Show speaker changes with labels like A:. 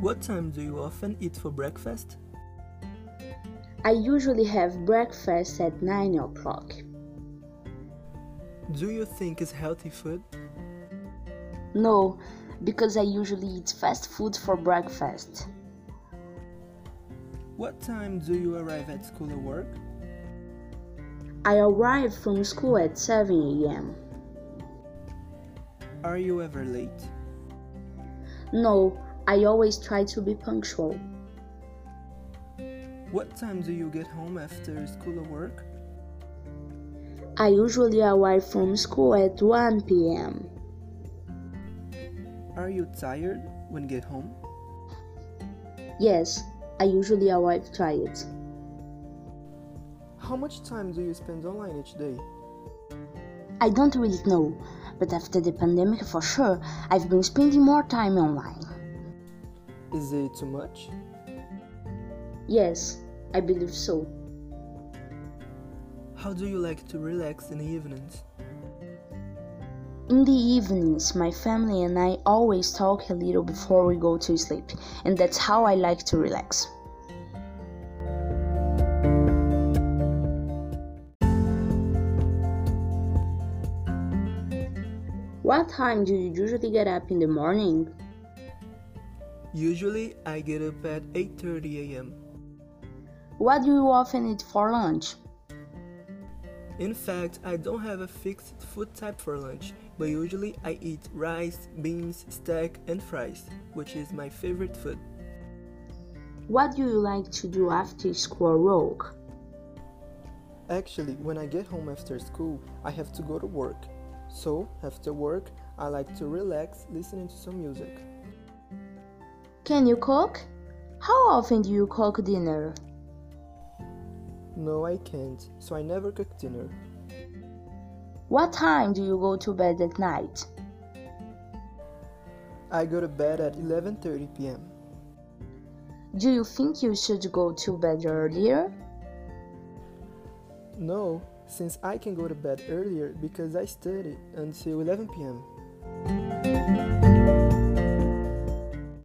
A: What time do you often eat for breakfast?
B: I usually have breakfast at 9 o'clock.
A: Do you think it's healthy food?
B: No, because I usually eat fast food for breakfast.
A: What time do you arrive at school or work?
B: I arrive from school at 7 a.m.
A: Are you ever late?
B: No, I always try to be punctual.
A: What time do you get home after school or work?
B: I usually arrive from school at 1 p.m.
A: Are you tired when get home?
B: Yes, I usually arrive tired.
A: How much time do you spend online each day?
B: I don't really know, but after the pandemic for sure, I've been spending more time online.
A: Is it too much?
B: Yes, I believe so.
A: How do you like to relax in the evenings?
B: In the evenings, my family and I always talk a little before we go to sleep, and that's how I like to relax. What time do you usually get up in the morning?
A: Usually I get up at 8:30 a.m.
B: What do you often eat for lunch?
A: In fact, I don't have a fixed food type for lunch, but usually I eat rice, beans, steak, and fries, which is my favorite food.
B: What do you like to do after school or work?
A: Actually, when I get home after school, I have to go to work. So, after work, I like to relax listening to some music.
B: Can you cook? How often do you cook dinner?
A: No, I can't, so I never cook dinner.
B: What time do you go to bed at night?
A: I go to bed at 11:30 p.m.
B: Do you think you should go to bed earlier?
A: No, since I can go to bed earlier because I study until 11 p.m.